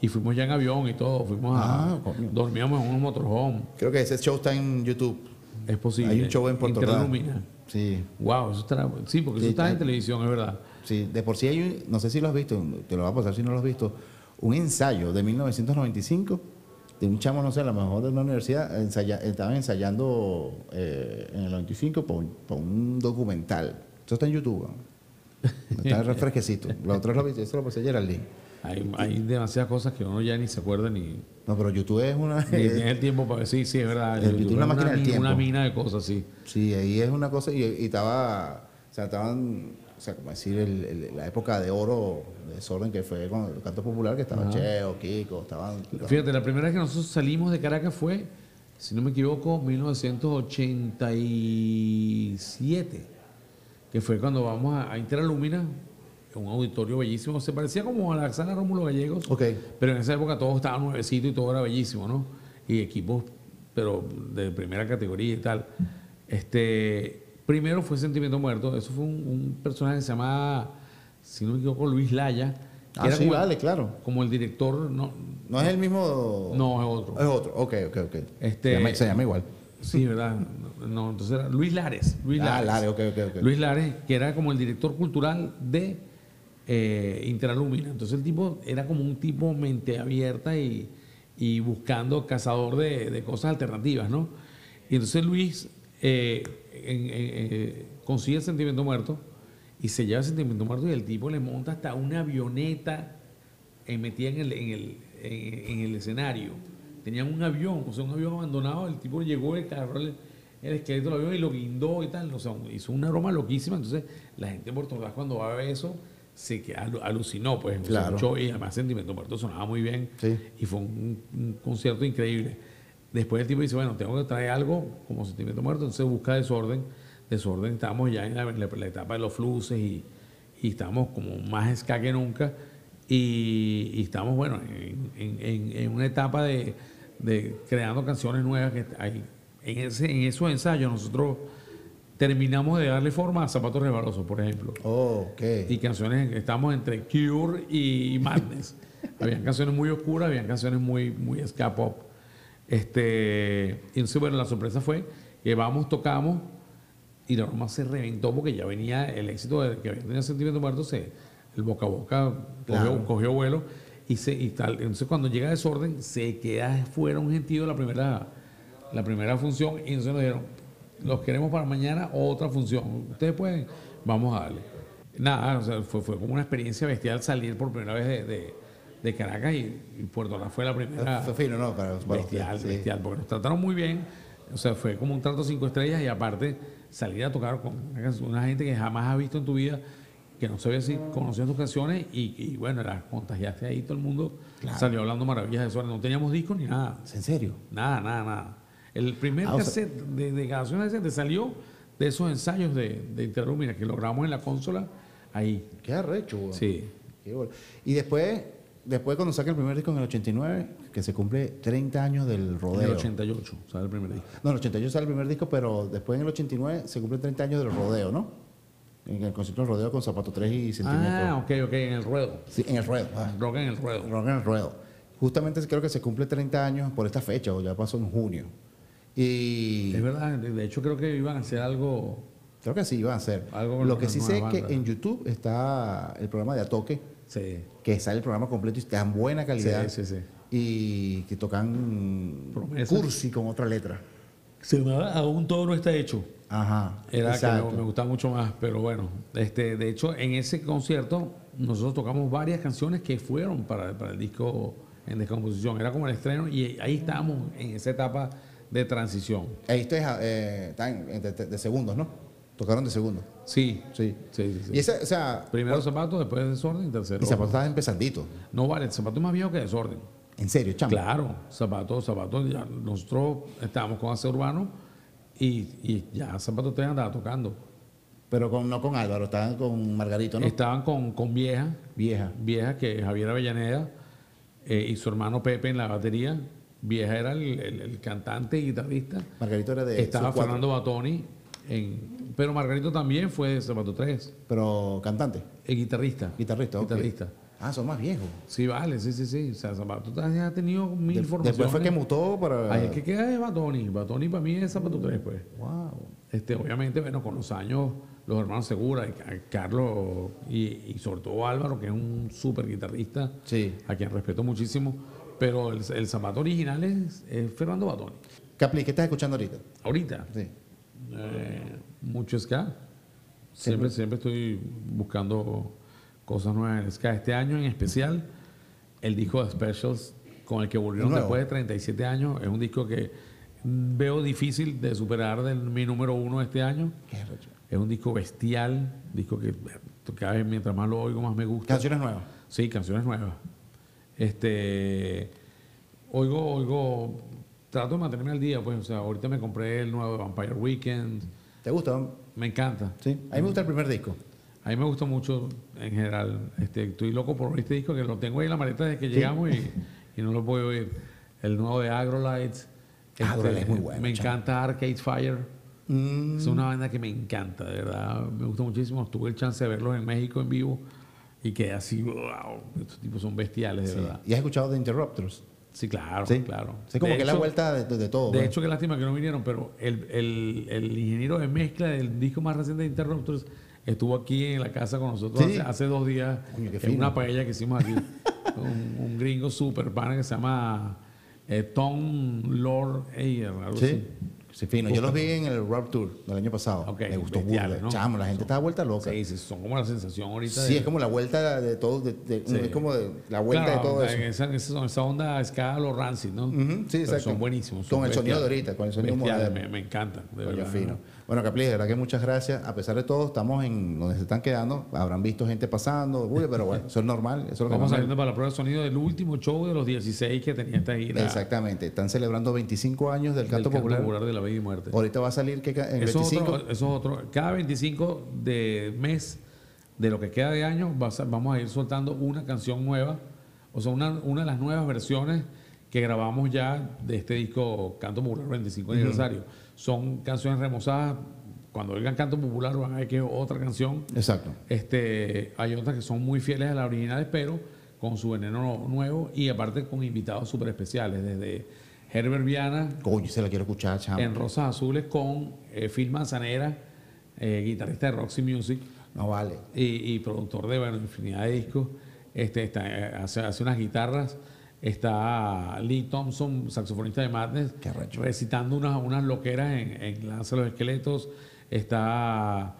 y fuimos ya en avión y todo, fuimos a, Ah, coño. dormíamos en un motorhome, Creo que ese show está en YouTube. es posible. Hay un show en Puerto Ordaz. Interlumina. Sí. Wow, eso está, sí, porque Sí, eso está está- en televisión, es verdad. Sí, de por sí hay un, no sé si lo has visto, te lo va a pasar si no lo has visto, un ensayo de 1995 de un chamo, no sé, a lo mejor de una universidad, ensaya- estaban ensayando eh, en el 95 por, un documental. Eso está en YouTube. ¿no? Está refresquecito. Lo otro lo viste, eso lo pasé a Geraldine. Hay, hay demasiadas cosas que uno ya ni se acuerda ni, No, pero YouTube es una... eh, Ni tienes el tiempo para sí, sí, es verdad. El Yo- yo YouTube es creo una que máquina del mina- tiempo. Una mina de cosas, sí. Sí, ahí es una cosa, y, y estaba, o sea, estaban, o sea, como decir, el- el- la época de oro, de desorden que fue con el canto popular, que estaba Cheo, Kiko, estaban... Fíjate, la primera vez que nosotros salimos de Caracas fue, si no me equivoco, 1987. que fue cuando vamos a, a Interalumina, un auditorio bellísimo, se parecía como a la sala Rómulo Gallegos, Ok. pero en esa época todo estaba nuevecito y todo era bellísimo, ¿no? Y equipos, pero de primera categoría y tal. Este, primero fue Sentimiento Muerto, eso fue un, un personaje que se llamaba, si no me equivoco, Luis Laya. que Ah, sí, como el- vale, claro. como el director, no, No es el mismo. no es otro. Es otro. Ok, ok, ok. Este- Se, llama, se llama igual. Eh, Sí, ¿verdad? No, entonces era Luis Lares. Luis Ah, Lares. Lares, ok, ok, ok. Luis Lares, que era como el director cultural de eh, Interalumina. Entonces el tipo era como un tipo mente abierta y, y buscando cazador de, de cosas alternativas, ¿no? Y entonces Luis eh, en- en- eh, consigue el sentimiento muerto y se lleva el sentimiento muerto y el tipo le monta hasta una avioneta eh, metida en el, en, el, eh, en, en el escenario. Tenían un avión, o sea, un avión abandonado. El tipo llegó, y agarró el, el esqueleto del avión y lo guindó y tal. O sea, hizo una broma loquísima. Entonces, la gente de Puerto Ordaz, cuando va a ver eso, se que- alu- alucinó, pues. O sea, Claro. un show, y además, Sentimiento Muerto sonaba muy bien. Sí. Y fue un, un concierto increíble. Después el tipo dice, bueno, tengo que traer algo como Sentimiento Muerto. Entonces, busca desorden. Desorden, estábamos ya en la, la- la etapa de los fluces y, y estábamos como más ska que nunca y, y estamos, bueno, en, en- en- en una etapa de, de creando canciones nuevas que hay. En, ese, en esos ensayos nosotros terminamos de darle forma a Zapatos Rebalosos, por ejemplo. Oh, ok. Y canciones, estamos entre Cure y Madness. habían canciones muy oscuras, habían canciones muy, muy ska pop. Este, y entonces, bueno, la sorpresa fue que vamos, tocamos y la broma se reventó porque ya venía el éxito de que había tenido Sentimiento Muerto, se, el boca a boca cogió, Claro. cogió vuelo y, se, y tal. Entonces, cuando llega Desorden, se queda fuera un gentío la primera, la primera función y entonces nos dijeron, los queremos para mañana otra función. Ustedes pueden, vamos a darle. Nada, o sea, fue, fue como una experiencia bestial salir por primera vez de, de- de Caracas y, y Puerto La fue la primera Ah, Fue fino, ¿no? Para, para bestial, sí. bestial, porque nos trataron muy bien. O sea, fue como un trato cinco estrellas y aparte salir a tocar con una, can- una gente que jamás has visto en tu vida, que no sabía si conocían tus canciones y, y bueno, las contagiaste ahí, todo el mundo salió hablando maravillas de eso. No teníamos disco ni nada, ¿En serio? nada, nada, nada. El primer Ah, o sea- cassette de, de grabaciones de cassette salió de esos ensayos de, de Interlumina que logramos en la consola ahí. Qué arrecho, weón. Sí. Qué bola. Y después, después cuando saca el primer disco en el 89, que se cumple 30 años del En rodeo. el 88, o sea, el primer disco. No, en el 88 sale el primer disco, pero después en el 89 se cumplen 30 años del rodeo, ¿no? En el concierto del rodeo con Zapato 3 y Sentimiento. Ah, ok, ok, en el ruedo. Sí, en el ruedo. ah, Rock en el ruedo. Rock and Roll. Justamente creo que se cumple 30 años por esta fecha, o ya pasó en junio. Y Es verdad, de de hecho creo que iban a hacer algo. creo que sí iba a ser. Algo con Lo las que sí sé es nuevas que bandas. en YouTube está el programa de Atoque, Sí. que sale el programa completo y está en buena calidad. Sí, sí, sí. Y que tocan Promesas. cursi con otra letra. Se llamaba Aún todo no está hecho. Ajá. Era que exacto. me, me gustaba mucho más, pero bueno. este De hecho, en ese concierto nosotros tocamos varias canciones que fueron para, para el disco en descomposición. Era como el estreno y ahí estábamos en esa etapa de transición. Ahí ustedes eh, están en- de, de segundos, ¿no? Tocaron de segundos. Sí. Sí. sí, sí, sí. Y ese, o sea, Primero zapatos, después desorden y tercero. y Zapato estaba empezandito. No vale, el zapato es más viejo que desorden. En serio, chamo. Claro, zapatos, zapatos. ya Nosotros estábamos con Ace Urbano y, y ya Zapato 3 andaba tocando. Pero con, no con Álvaro, estaban con Margarito, ¿no? Estaban con, con Vieja, Vieja. Vieja, que es Javier Avellaneda, eh, y su hermano Pepe en la batería. Vieja era el, el- el cantante y guitarrista. Margarito era de. Estaba Sur cuatro, Fernando Batoni, en- pero Margarito también fue de Zapato 3, Pero cantante, el guitarrista. guitarrista. ok. Guitarrista. Ah, son más viejos. Sí, vale, sí, sí, sí. O sea, Zapato 3 ha tenido mil De- formaciones. después fue que mutó para. Ahí ¿eh? es que queda es Batoni. Batoni para mí es Zapato 3, pues. Wow. Este, obviamente, bueno, con los años, los hermanos Segura, y Ca- Carlos y, y sobre todo Álvaro, que es un súper guitarrista, Sí. a quien respeto muchísimo, pero el, el zapato original es, es Fernando Batoni. Capli, ¿qué estás escuchando ahorita? Ahorita, Sí. eh, mucho ska. Siempre, siempre estoy buscando cosas nuevas en el ska. Este año en especial, el disco de Specials, con el que volvieron Nuevo. después de 37 años, es un disco que veo difícil de superar del, mi número uno de este año. Qué recho. Es un disco bestial, disco que bueno, cada vez mientras más lo oigo más me gusta. Canciones nuevas. Sí, canciones nuevas. Este oigo, oigo, trato de mantenerme al día, pues, o sea, ahorita me compré el nuevo de Vampire Weekend, ¿Te gusta? Me encanta. Sí. A mí me gusta el primer disco. A mí me gusta mucho en general. Este, estoy loco por este disco que lo tengo ahí en la maleta desde que llegamos y, y no lo puedo oír. El nuevo de Agrolites. Este, Agrolite es muy bueno, Me chamo. encanta Arcade Fire. Mm, Es una banda que me encanta, de verdad. Me gusta muchísimo. Tuve el chance de verlos en México en vivo y quedé así, wow, estos tipos son bestiales, de Sí. verdad. ¿Y has escuchado The Interrupters? Sí, claro, Sí, Ah, claro. Sí, como De que es la hecho- vuelta de, de- de todo. ¿eh? De ¿verdad? hecho, qué lástima que no vinieron, pero el, el- el ingeniero de mezcla del disco más reciente de Interrupters estuvo aquí en la casa con nosotros Sí. hace, hace dos días Coño, qué en fino. una paella que hicimos aquí. un, un gringo super pana que se llama eh, Tom Lord Ayer, algo Sí. así. Sí, fino. Yo los vi en el Rap Tour del año pasado. Ok, Me gustó bestiales, burda. ¿no? Chamo, la gente estaba vuelta loca. Sí, Sí, sí, son como la sensación ahorita. de- es como la vuelta de todo. de- de- Sí. Es como de- la vuelta Claro, de todo eso. en esa, en esa- en esa onda ska, los rancid, ¿no? Ujú, sí, Pero exacto. Son buenísimos. Con son el sonido de bestiales. ahorita, con el sonido Bestiales, moderno. Me, me encantan, de Coño, verdad. fino. Bueno, Capli, de verdad que muchas gracias. A pesar de todo, estamos en donde se están quedando. Habrán visto gente pasando, bulla, pero bueno, eso es normal. Eso es lo que Vamos más- saliendo para la prueba de sonido del último show de los 16 que tenía esta gira. Exactamente. Están celebrando 25 años del del canto, popular. de la vida y muerte. Ahorita va a salir que ca- en Eso es, 25. otro, eso es otro. Cada 25 de mes de lo que queda de año vas a- vamos a ir soltando una canción nueva, o sea, una, una de las nuevas versiones que grabamos ya de este disco Canto Popular 25 aniversario. Son canciones remozadas. Cuando oigan Canto Popular van a ver que es otra canción. Exacto. Este, hay otras que son muy fieles a la original, pero con su veneno nuevo y aparte con invitados súper especiales, desde Herbert Viana, Coño, se la quiero escuchar, chamo. en Rosas Azules con eh, Phil Manzanera, eh, guitarrista de Roxy Music No vale. y, y productor de bueno, infinidad de discos. Este, está, eh, hace, hace unas guitarras. Está Lee Thompson, saxofonista de Madness, Qué arrecho. recitando unas, unas loqueras en, en Lanza de los Esqueletos. Está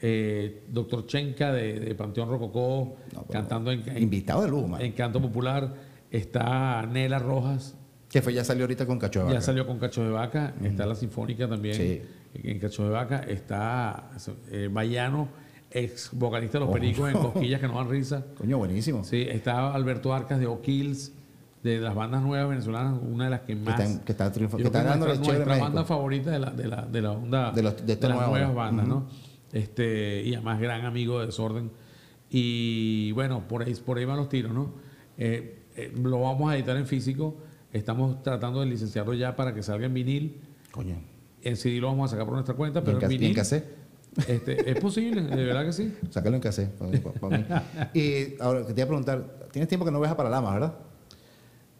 eh, Doctor Chenka de, de Panteón Rococó No, pero- cantando en, en- Invitado de lujo, man. en Canto Popular. Está Nela Rojas Que fue, ya salió ahorita con Cacho de ya Vaca. salió con Cacho de Vaca, está la Sinfónica también Sí. en Cacho de Vaca, está eh, Bayano, ex vocalista Oh. de Los Pericos en Cosquillas que nos dan risa. Coño, buenísimo. Sí, está Alberto Arcas de O'Kills, de las bandas nuevas venezolanas, una de las que más. están- que están triunfa- yo que creo están dándole nuestra, chévere a nuestra México. banda favorita de la, de la, de la onda De los- de estas las nuevas nuevas bandas. bandas, ¿no? Este, y además gran amigo de Desorden. Y bueno, por ahí, por ahí van los tiros, ¿no? Eh, eh, lo vamos a editar en físico. Estamos tratando de licenciarlo ya para que salga en vinil. Coño. En CD lo vamos a sacar por nuestra cuenta, Y pero en en cas- y en vinil. cassette. Este, es posible, de verdad que sí. Sácalo en casé. y ahora que te iba a preguntar, tienes tiempo que no ves a Paralamas, ¿verdad?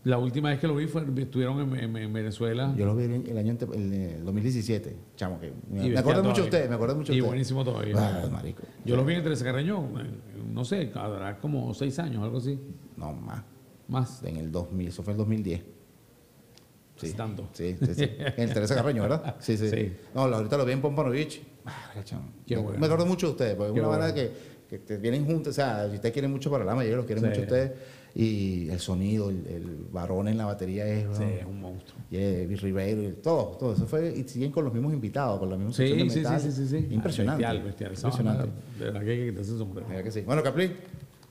La última vez que lo vi fue, estuvieron en, en- en Venezuela. Yo los vi el, el año ante- el, eh, 2017. Chamo, que me, Y me acordé mucho bestial de todavía. ustedes, me acordé mucho de Y ustedes. buenísimo todavía. Ah, marico. Yo los vi en el 13 Carreño, eh, no sé, habrá como seis años, algo así, No, más. más. En el 2000, eso fue el 2010. Hace tanto. Sí, sí, sí. En el Teresa Carreño, ¿verdad? Sí, sí. Sí. No, lo- ahorita lo vi en Pompano Beach. Verga, chamo. Qué me, bueno. me acuerdo mucho de ustedes, porque es Qué una banda bueno. que, que te vienen juntos. O sea, si ustedes quieren mucho Paralamas, ellos los quieren Sí. mucho a ustedes. Y el sonido, el, el varón en la batería es. Sí, ¿no? es un monstruo. Yeah, Bill eh, Ribeiro, y todo, todo. Eso fue, y siguen con los mismos invitados, con la misma Sí, sección de sí, sí, metal. sí, sí, sí. Impresionante. Bestial, bestial. Esa Impresionante. banda, De verdad que hay que quitarse el sombrero. Mira que sí. Bueno, Capri,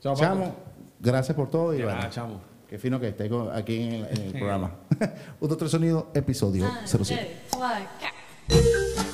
Chao, Paco. chamo, gracias por todo y Ya, bueno, Ah, chamo. qué fino que estés con- aquí en el, en el programa. Un, dos, tres sonido, episodio 07. Un, deux, trois, quatre.